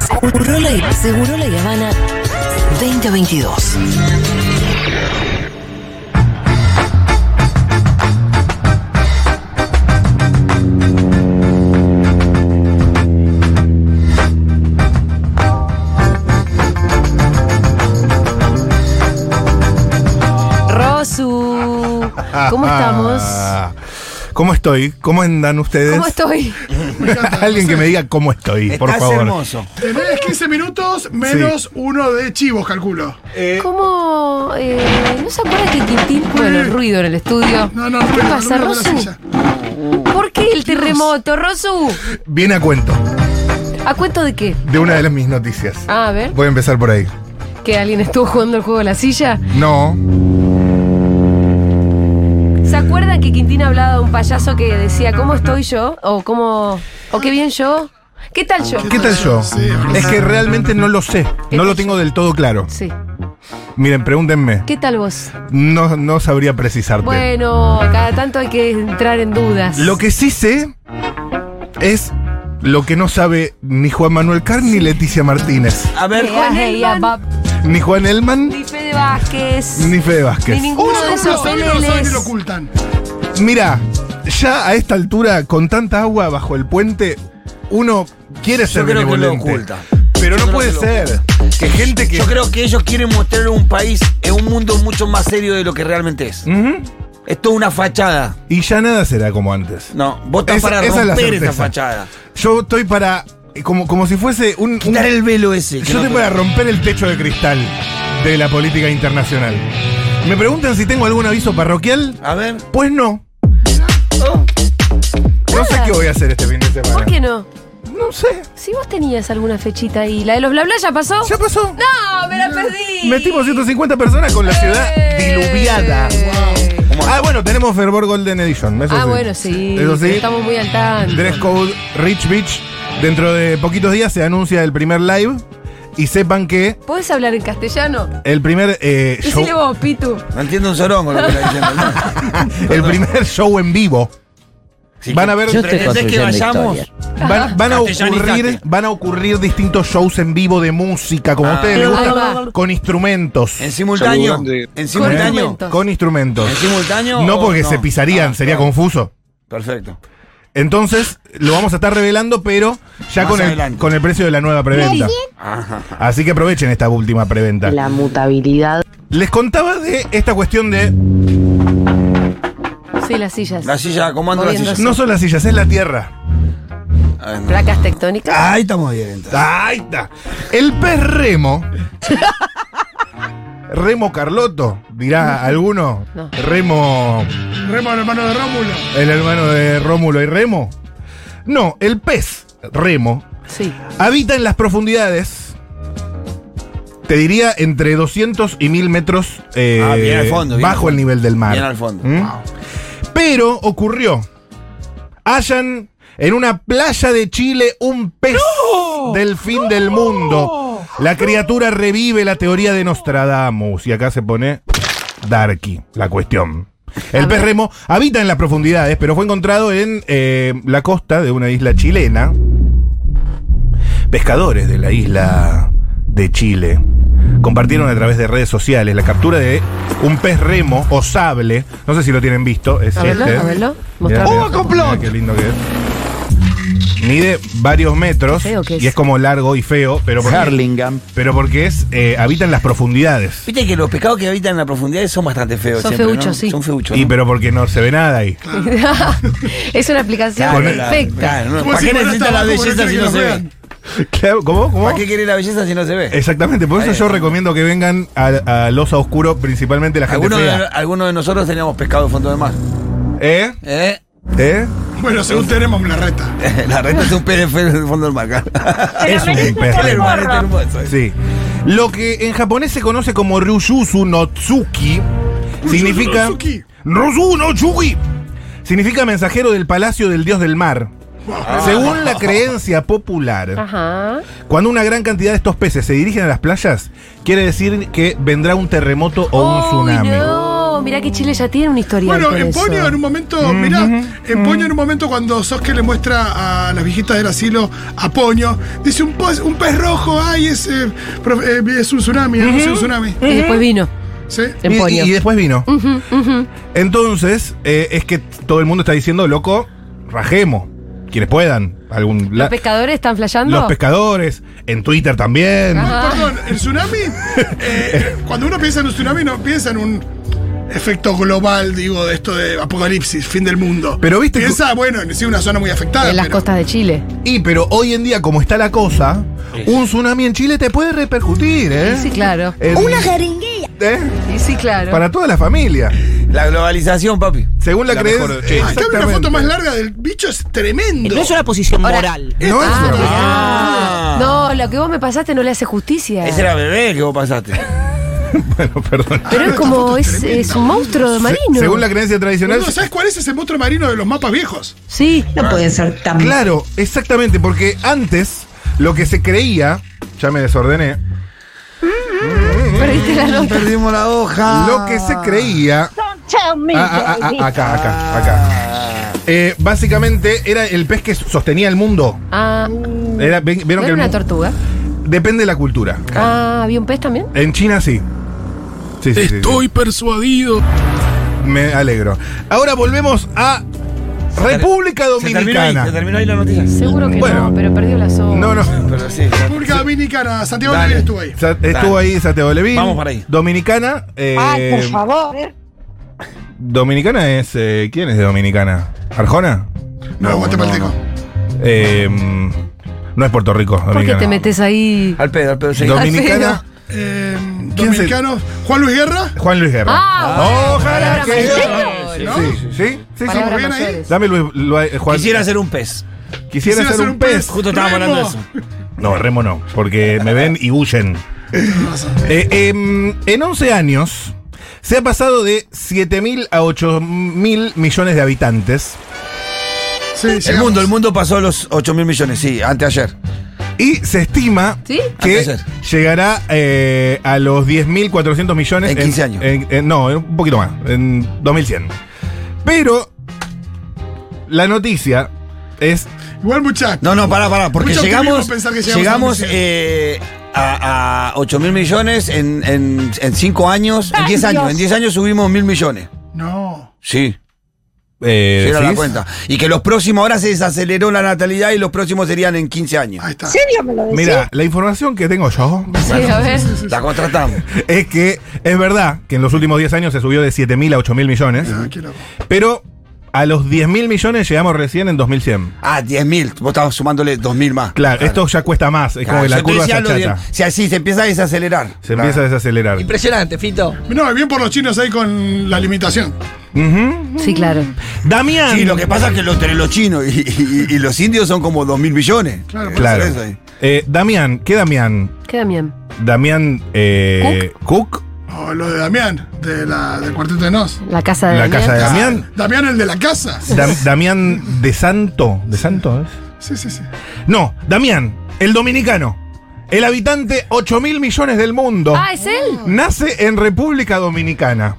Seguro la, seguro la Habana 2022. Rosu, ¿cómo estamos? Ah, ¿Cómo estoy? ¿Cómo andan ustedes? ¿Cómo estoy? Alguien que me diga cómo estoy, por Estás favor. hermoso. Tenés 15 minutos menos uno de chivos, calculo. ¿Cómo? eh, ¿No se acuerda que Quintín? Bueno, el ruido en el estudio. No, no, ¿Qué no, pasa, no, no, no, Rosu? no, no, ¿Por qué el terremoto, Rosu? Viene a cuento ¿A cuento de qué? de una de las mis noticias. Ah, a ver, Voy a empezar por ahí. que alguien estuvo jugando el juego de la silla. No, ¿Se acuerdan que Quintín hablaba de un payaso que decía, ¿cómo estoy yo? ¿O cómo? ¿O qué bien yo? ¿Qué tal yo? ¿qué tal yo? es que realmente no lo sé, no lo tengo del todo claro. Sí. Miren, pregúntenme. ¿Qué tal vos? No, no sabría precisarte. Bueno, cada tanto hay que entrar en dudas. Lo que sí sé es lo que no sabe ni Juan Manuel Carr ni Leticia Martínez, A ver, Ea, ea, bab, ni Juan Elman Ni Fede Vázquez. ni Fede Ni Vázquez. ninguno de Uno esos lo sabe, no lo saben y peleles. lo ocultan. Mira, ya a esta altura, con tanta agua bajo el puente, uno quiere ser yo creo que lo benevolente. oculta. Pero Yo no creo puede que lo ser que gente que. Yo creo que ellos quieren mostrar un país, en un mundo mucho más serio de lo que realmente es. Ujú. Es toda una fachada. Y ya nada será como antes. No, vos estás Esa- para esa es la romper esa certeza. fachada. Yo estoy para. eh, Como, como si fuese un. un- Quitar el velo ese. que yo no estoy te- para romper el techo de cristal de la política internacional. Me preguntan si tengo algún aviso parroquial. A ver. Pues no. No sé Nada. qué voy a hacer este fin de semana. Oh. ¿Por qué no? No sé. Si vos tenías alguna fechita ahí, ¿la de los bla bla ya pasó? Ya pasó. ¡No! ¡Me la perdí! Metimos 150 personas con la ciudad diluviada. Eh. ¿Cómo Ah, bueno, tenemos Fervor Golden Edition. eso Ah, sí. bueno, sí. Eso sí. Estamos muy al tanto. Dress Code Rich Beach. Dentro de poquitos días se anuncia el primer live. Y sepan que ¿Podés hablar en castellano? el primer eh, show. Decile vos, Pitu. No entiendo un sorongo lo que está diciendo. ¿no? El primer show en vivo. Sí, Van a ver. Yo estoy ¿Pretendés que construyendo vayamos? historia. Van, van a ocurrir, Castellanizaste. van a ocurrir distintos shows en vivo de música, como a Ah. ustedes les Ahí gusta, va. con instrumentos. ¿En simultáneo? Saludando. ¿En ¿Eh? simultáneo? Instrumentos. Con instrumentos. ¿En simultáneo No o porque no? se pisarían, Ah, sería claro. confuso. Perfecto. Entonces, lo vamos a estar revelando, pero ya Más con el, adelante. con el precio de la nueva preventa. Ajá. Así que aprovechen esta última preventa. La mutabilidad. Les contaba de esta cuestión de. Sí, las sillas. La silla, comando la silla. Moviéndose. No son las sillas, es la tierra. Ah, no. Placas tectónicas. Ahí estamos bien, entonces. Ahí está. El pez remo. Remo Carlotto, dirá alguno. No. Remo. Remo al hermano de Rómulo. El hermano de Rómulo y Remo. No, el pez remo Sí. habita en las profundidades. Te diría entre 200 y 1000 metros eh, Ah, bien al fondo, bien al bajo el fondo. nivel del mar. Bien al fondo. Ah, ¿Mm? Pero ocurrió. Hallan en una playa de Chile un pez del fin del mundo. La criatura revive la teoría de Nostradamus. Y acá se pone darky la cuestión. El pez remo habita en las profundidades, pero fue encontrado en eh, la costa de una isla chilena. Pescadores de la isla de Chile compartieron a través de redes sociales la captura de un pez remo o sable. No sé si lo tienen visto. Es A verlo, este. a verlo. Mirá, Mostrame. mirá, mirá qué lindo que es. Mide varios metros Qué feo que es. y es como largo y feo, pero porque, Hurlingham. pero porque es eh, habita en las profundidades. Viste que los pescados que habitan en la profundidad son bastante feos. Son siempre, feuchos, ¿no? sí. Son feuchos. Y ¿no? pero porque no se ve nada ahí. es una explicación Claro, la- perfecta. claro, no. Como ¿Para si qué fuera necesitas la tabaco, como belleza decirle si que no lo se ve? juegan. Claro, ¿Cómo? ¿Cómo? ¿Para qué querés la belleza si no se ve? Exactamente, por eso Ahí yo está. recomiendo que vengan a, a Losa Oscuro, principalmente la gente Algunos de, fea. algunos de nosotros teníamos pescado de fondo de mar. ¿Eh? ¿Eh? ¿Eh? Bueno, según tenemos una reta. La reta es un pez de fe- de fondo del mar. Es un pez El remo. mar es hermoso. Sí. Lo que en japonés se conoce como Ryujusu no Tsuki significa. no Tsuki. Ryujusu no Tsuki significa mensajero del palacio del dios del mar. Ah. Según la creencia popular, Ajá. cuando una gran cantidad de estos peces se dirigen a las playas, quiere decir que vendrá un terremoto o un Uy, tsunami. Oh, No, mirá que Chile ya tiene una historia. Bueno, con en eso. Ponio en un momento, mirá, en Ponio en un momento cuando Sosque le muestra a las viejitas del asilo a Ponio, dice un pez, un pez rojo, ay, es, eh, profe- eh, es un tsunami, es un tsunami. Y ¿eh? después vino. ¿Sí? En Y- y, Ponio. y después vino. Entonces, eh, es que todo el mundo está diciendo, loco, rajemos, quienes puedan. Algún, la- ¿Los pescadores están flasheando? los pescadores, en Twitter también. Ajá. Perdón, el tsunami, eh, cuando uno piensa en un tsunami, no piensa en un efecto global, digo, de esto de apocalipsis, fin del mundo. Pero viste que- Piensa, bueno, en sí, una zona muy afectada. en las pero- costas de Chile. Y pero hoy en día, como está la cosa, un tsunami en Chile te puede repercutir, ¿eh? Sí, claro. En- Una jeringuilla. ¿eh? Y sí, claro. Para toda la familia. La globalización, papi. Según la, La creencia. Ah, mejor, che. Acá hay una foto más larga del bicho, es tremendo. No es una posición Ahora- moral. No es Ah, una- Ah. No, lo que vos me pasaste no le hace justicia. Ese era bebé que vos pasaste. Bueno, perdón. Pero es como, es, es un monstruo de marino. Se- según la creencia tradicional. Boludo, ¿Sabes cuál es ese monstruo marino de los mapas viejos? Sí. No pueden ser tan Claro, exactamente, porque antes lo que se creía, ya me desordené, Perdiste la nota. Perdimos la hoja. lo que se creía Ah, ah, ah, ah, acá, acá, acá. Eh, básicamente era el pez que sostenía el mundo. Ah, Era, ven- ¿no vieron que el era una mu- tortuga? depende de la cultura. Ah, ¿había un pez también? En China sí. Sí, sí, sí, sí. Estoy persuadido. Me alegro. Ahora volvemos a República Se terminó, ahí, se Dominicana. terminó ahí la noticia. Seguro que Bueno. no, pero perdió la soga. No, no. Pero sí, ya- República Dominicana, Santiago Dale. Levín estuvo ahí. Sa- Estuvo ahí Santiago Levín. Vamos para ahí. Dominicana. eh, Ay, por favor. Dominicana es. eh, ¿Quién es de Dominicana? ¿Arjona? No, guatemalteco. Eh, no es Puerto Rico. ¿Por qué Dominicana. te metes ahí? Ah, Al pedo, al pedo. sí. Ah, Dominicana. Eh, ¿Quién se- dominicano, Juan Luis Guerra. Juan Luis Guerra. Ah, Ojalá palabra que. mayor, Sí, ¿no? sí, sí, sí. Palabra bien ahí. mayores. Dame Luis, Luis- Juan. Quisiera ser un pez. Quisiera ser un pez. Justo estábamos Remo. hablando de eso. No, Remo no, porque me ven y huyen. Eh, em, en 11 años se ha pasado de 7.000 a 8.000 millones de habitantes Sí, El llegamos. mundo, el mundo pasó los 8 mil millones, sí, anteayer. y se estima ¿Sí? que Antes de ayer. llegará eh, a los 10.400 millones En 15 años. en- en- no, en un poquito más, en 2100. Pero la noticia es Igual muchacho. No, no, pará, pará, porque Mucho llegamos, optimismo pensar que llegamos, llegamos a eh, a, 8 mil millones en, en, 5 años, en Ay, 10 años. Dios. En 10 años subimos mil millones. No. Sí, eh, se dieron la ¿sí? cuenta. Y que los próximos, ahora se desaceleró la natalidad y los próximos serían en 15 años. Ahí está. ¿En serio me lo decís? Mira, la información que tengo yo Sí, a ver. La contratamos. es que es verdad que en los últimos 10 años se subió de 7.000 a 8.000 millones. Ah, qué loco. Pero a los 10.000 millones llegamos recién en 2100. Ah, 10 mil, vos estabas sumándole 2 mil más. Claro, esto ya cuesta más, es como Claro, que la yo te curva se decía lo de- achata. Si así se empieza a desacelerar. Se Claro. empieza a desacelerar. Impresionante, Fito. No, bien por los chinos ahí con la limitación. Ujú. Sí, claro. Damián. Sí, lo que pasa es que los, entre los chinos y, y- y los indios son como 2 mil millones. Claro, Eh, Claro. eso ahí. Eh, Damián, ¿qué Damián? ¿Qué, Damián? Damián eh, Cook, O lo de Damián, de la, del cuarteto de Nos. Ah, La casa de la Damián. Ah. casa de Damián. Damián, el de la casa. Dam- Damián de Santo. ¿De Santo es? Sí, sí, sí. No, Damián, el dominicano. El habitante 8 mil millones del mundo. Ah, ¿es él? Nace en República Dominicana.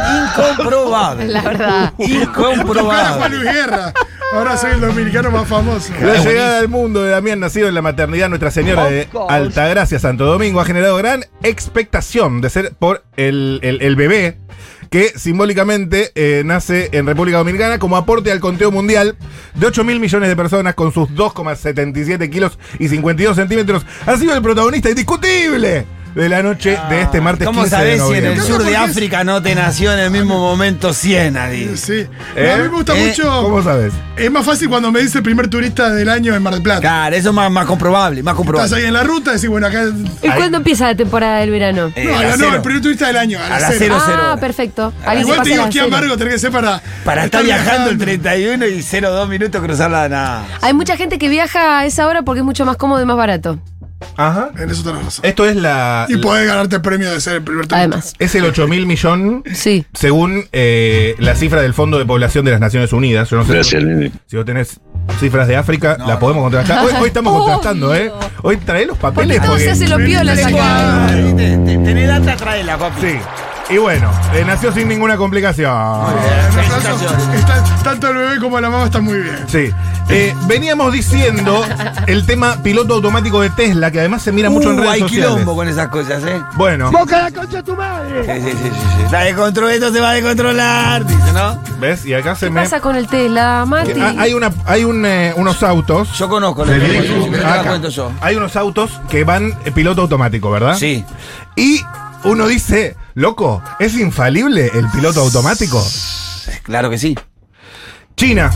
Incomprobable. La verdad. Tocar a Juan Incomprobable. Luis Guerra. Ahora soy el dominicano más famoso. La llegada al mundo de Damián, nacido en la maternidad Nuestra Señora de Altagracia, Santo Domingo, ha generado gran expectación de ser por el, el- el bebé que simbólicamente eh, nace en República Dominicana como aporte al conteo mundial de 8 mil millones de personas con sus 2,77 kilos y 52 centímetros. Ha sido el protagonista indiscutible de la noche de este martes Ah, ¿Cómo 15 de sabés si en el noviembre. sur de ¿Por qué es- África no te nació en el mismo momento Siena? Sí, dice? Sí. ¿Eh? No, a mí me gusta ¿Eh? mucho. ¿Cómo sabes? Es más fácil cuando me dice el primer turista del año en Mar del Plata. Claro, eso es más, más comprobable, más Estás comprobable. ahí en la ruta y decís, bueno, acá. ¿Y cuándo empieza la temporada del verano? Eh, no, a la no, cero. el primer turista del año. A la, A la cero. cero, cero Ah, horas. perfecto. Alguien Igual que te pase a digo las qué cero. amargo tenés que ser para. Para estar viajando el 31 y 02 minutos cruzar la nada. Hay mucha gente que viaja a esa hora porque es mucho más cómodo y más barato. Ajá. En eso tenés razón. Esto es la... Y podés ganarte el premio de ser el primer turista. Además. Es el 8 mil millón Sí. Según eh, la cifra del Fondo de Población de las Naciones Unidas, yo no sé Gracias, Lili. si vos tenés cifras de África, la podemos contrastar. Hoy, hoy estamos Obvio. contrastando, ¿eh? Hoy trae los Porque papeles. todo porque- se hace lo piola Tenés acá. Tenés data, traela, papi. Sí. Y bueno, eh, nació sin ninguna complicación. Un aplauso. Felicitaciones. Está- tanto el bebé como la mamá están muy bien. Sí. Eh, veníamos diciendo el tema piloto automático de Tesla, que además se mira mucho en Uh, redes hay sociales. quilombo con esas cosas, ¿eh? Bueno, Sí, sí, sí, sí, sí. La descontrol- esto se va a descontrolar, dice, ¿no? ¿ves? Y acá se ¿Qué me. pasa con el Tesla, Mati? Ah, hay una, hay un, eh, unos autos. Yo conozco Se la viene- descontrol, me la acá. cuento yo. Hay unos autos que van eh, piloto automático, ¿verdad? Sí. Y uno dice, loco, ¿es infalible el piloto automático? Claro que sí. China.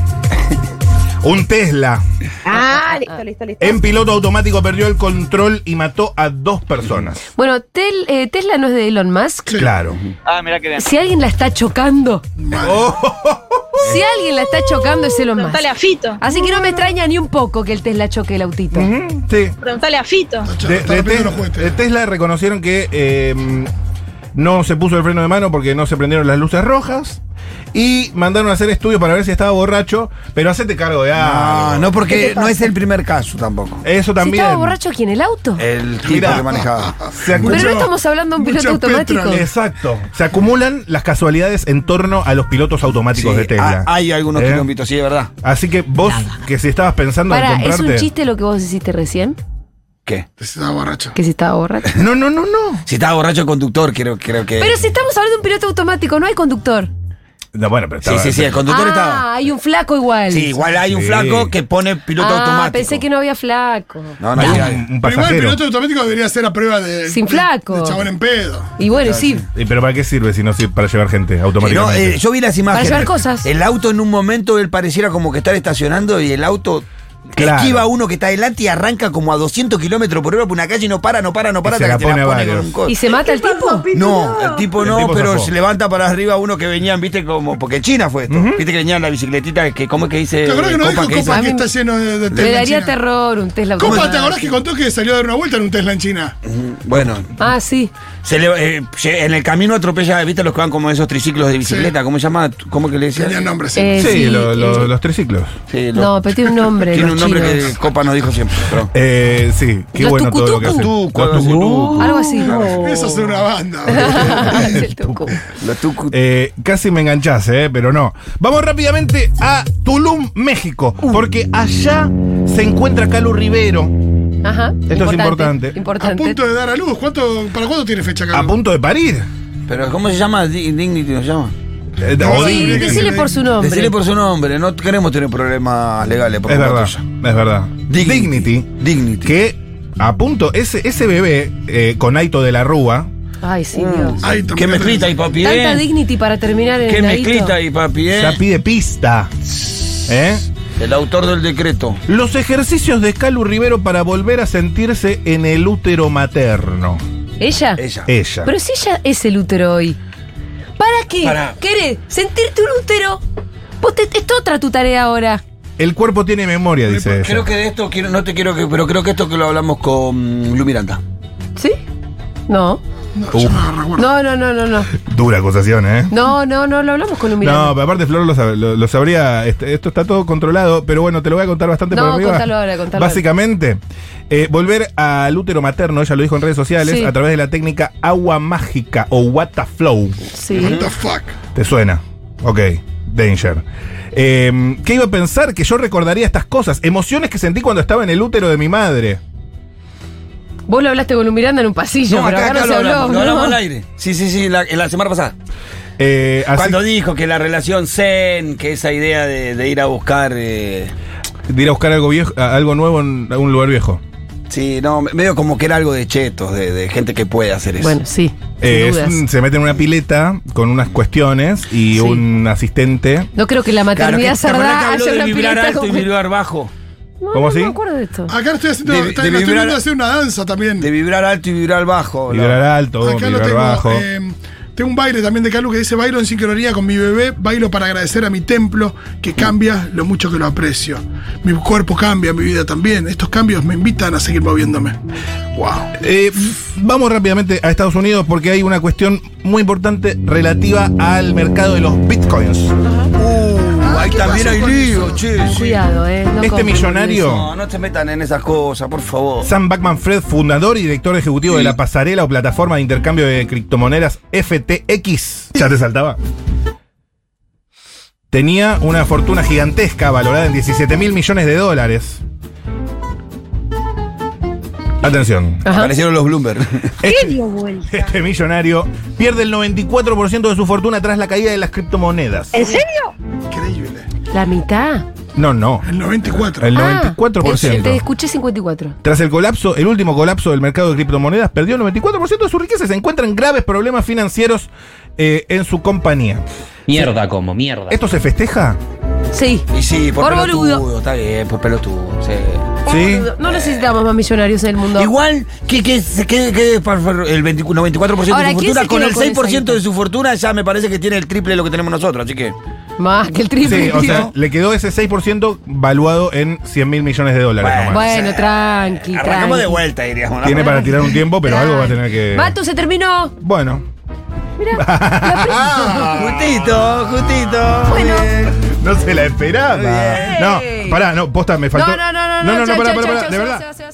Un Tesla Ah, listo, listo, listo. en piloto automático perdió el control y mató a dos personas. Bueno, Tel- eh, Tesla no es de Elon Musk. Claro. Ah, mirá que bien. Si alguien la está chocando, Oh, si alguien la está chocando es Elon Musk. Preguntale a Fito. Así que no me Ah. extraña ni un poco que el Tesla choque el autito. ujú, sí. Preguntale a Fito. Está- De, está de rompiendo Tes- los juguetes. de Tesla reconocieron que eh, no se puso el freno de mano porque no se prendieron las luces rojas. Y mandaron a hacer estudios para ver si estaba borracho, pero hacete cargo de algo. Ah, no, porque no es el primer caso tampoco. Ah, Eso Si también. estaba borracho aquí en el auto. El tipo Mirá. que manejaba. Se acu- Pero mucho- no estamos hablando de un mucho piloto automático. petróleo. Exacto. Se acumulan las casualidades en torno a los pilotos automáticos Sí, de Tesla. ha- hay algunos ¿Eh? quilombitos, sí, de verdad. Así que vos, que si estabas pensando en Para, ¿es comprarte. un chiste lo que vos hiciste recién? ¿Qué? Está borracho. Que si estaba borracho. No, no, no, no. Si estaba borracho el conductor, creo, creo que. Pero si estamos hablando de un piloto automático, no hay conductor. No, bueno, pero Sí, estaba- sí, sí, el conductor ah, estaba. hay un flaco igual. Sí, igual hay un Sí. flaco que pone piloto ah, automático. pensé que no Ah, había flaco. No, no, Hay sí, un, hay. un Pero igual el pasajero. piloto automático debería ser a prueba de. Sin de- flaco. de chabón en pedo. Y bueno, sí. Eh, pero ¿para qué sirve si no sirve para llevar gente Sí, no, automáticamente? eh, yo vi las imágenes. llevar cosas. El auto en un momento él pareciera como que estar estacionando y el auto Claro. esquiva a uno que está delante y arranca como a 200 kilómetros por hora por una calle y no para, no para, no para, se hasta la que te pone a con varios. un coche. ¿Y se mata el tipo? No, el tipo El no, tipo pero zafó. se levanta para arriba uno que venían, viste, como. Porque en China fue esto. Viste que venían la bicicletita, que, ¿cómo es que dice? ¿Te acordás que no Eh, Copa dijo que Copa dice- que está lleno de, de Tesla Me en daría China? terror un Tesla Copa, ¿te automático. acordás que contó que salió a dar una vuelta en un Tesla en China? dice- mm, Bueno, Ah, sí. se le- eh, se- en el camino atropella, viste, los que van como esos triciclos de bicicleta, ¿cómo se llama? ¿Cómo que le decía? Tenía nombre, sí. Eh, sí, sí, lo- lo- eh, los triciclos. Sí, lo- No, pero tiene un nombre. los tiene un nombre chinos. que Copa nos dijo siempre. pero- Eh, sí, qué Los bueno todo lo que hacen. Tucu, Los algo así, tucu. tucu. Algo así. Eso es Oh. una banda. boludo. El tucu. Los tucu. Eh, casi me enganchás, eh, pero no. Vamos rápidamente a Tulum, México, porque allá se encuentra Calu Rivero, Ajá. Esto es importante. a Importante. punto de dar a luz. ¿Cuánto, ¿Para cuándo tiene fecha, a Carlos? punto de parir. Pero ¿cómo se llama? Di- Dignity nos llama. Eh, No, o Sí, Dignity. Dignity. decile por su nombre. Decirle por su nombre, no queremos tener problemas legales por Es culpa verdad, tuya. es verdad. Dignity, Dignity. que a punto, ese, ese bebé eh, con Aito de la Rúa, Ay, sí, Mm. Dios. Ay, Qué también- mezclita y papi. Tanta eh. dignity para terminar en Qué el ladito. mezclita y papi. eh. ya pide pista. ¿Eh? El autor del decreto. Los ejercicios de Calu Rivero para volver a sentirse en el útero materno. ¿Ella? Ella. Ella. Pero si ella es el útero hoy. ¿Para qué? Pará. ¿Querés sentirte un útero? Vos te- es otra tu tarea ahora. El cuerpo tiene memoria, dice ella. Creo que de esto quiero, no te quiero que, pero creo que esto que lo hablamos con Lu Miranda. ¿Sí? No. Uf, No, no, no, no, no. dura acusación, ¿eh? No, no, no, lo hablamos con un No, pero aparte Flor lo, sab- lo- lo sabría, este, esto está todo controlado, pero bueno, te lo voy a contar bastante No, por arriba. contalo ahora, contalo Básicamente, eh, volver al útero materno, ella lo dijo en redes sociales, Sí. a través de la técnica agua mágica o water flow. Sí. What the fuck. ¿Te suena? Ok, danger. Eh, ¿Qué iba a pensar? Que yo recordaría estas cosas, emociones que sentí cuando estaba en el útero de mi madre. Vos lo hablaste con un Miranda en un pasillo, pero acá, no se lo habló. hablamos, ¿no? lo hablamos al aire. Sí, sí, sí, la, en la semana pasada. Eh, así- Cuando dijo que la relación Zen, que esa idea de, de ir a buscar. eh, de ir a buscar algo, viejo, a- algo nuevo en un lugar viejo. sí, no, me- medio como que era algo de chetos, de, de gente que puede hacer eso. Bueno, sí. sin Eh, es dudas. un- se mete en una pileta con unas cuestiones y Sí. un asistente. No creo que la Claro, que- maternidad ¿te acordás que sardá habló haya de una vibrar pileta alto y con- vibrar bajo. No, ¿Cómo no, así? me acuerdo de esto. Acá estoy haciendo, De- está- de la estoy vibrar- viendo hacer una danza también. De vibrar alto y vibrar bajo. la- Vibrar alto, Acá lo vibrar tengo. bajo. eh, tengo un baile también de Calu que dice bailo en sincronía con mi bebé, bailo para agradecer a mi templo que cambia lo mucho que lo aprecio. Mi cuerpo cambia, mi vida también. Estos cambios me invitan a seguir moviéndome. Wow. Eh, vamos rápidamente a Estados Unidos porque hay una cuestión muy importante relativa al mercado de los bitcoins. Ah, Uh, hay ¿qué también pasa hay con lío, eso? che. sí. Cuidado, ¿eh? No Este compren millonario- No, no te metan en esas cosas, por favor. Sam Backman Fred, fundador y director ejecutivo de la pasarela o plataforma de intercambio de criptomonedas FTX. Ya te saltaba. Tenía una fortuna gigantesca valorada en 17 mil millones de dólares. Atención. Ajá. Aparecieron los Bloomberg. ¿Qué dio vuelta? Este millonario pierde el 94% de su fortuna tras la caída de las criptomonedas. ¿En serio? Increíble. eso. ¿La mitad? No, no. El 94. El Ah, Te 94%. escuché 54. Tras el colapso, el último colapso del mercado de criptomonedas, perdió el 94% de su riqueza y se encuentra en graves problemas financieros eh, en su compañía. Mierda como, mierda. ¿Esto se festeja? Sí. Y sí, por, Por pelotudo, boludo. está bien, por pelotudo. sí. Sí. No necesitamos más millonarios en el mundo. Igual que, que se quede quede por- por el 20 94% Ahora, de ¿quién se su fortuna, con quedó el con esa 6% de guita? su fortuna ya me parece que tiene el triple de lo que tenemos nosotros, así que... Más que el triple. Sí, o sea, digo. le quedó ese 6% valuado en 100 mil millones de dólares. Bueno, nomás. bueno, tranqui, Arrancamos tranqui. de vuelta, diríamos. ¿no? Tiene para tirar un tiempo, pero algo va a tener que. Matu, se terminó. Bueno. 啊 Ah, Justito, justito. Bueno. No se la esperaba. No, pará, no, posta, me faltó. No, no, no, no, no, no, chau, pará, pará, chau, chau, pará, chau, de se va, verdad. se va, se va.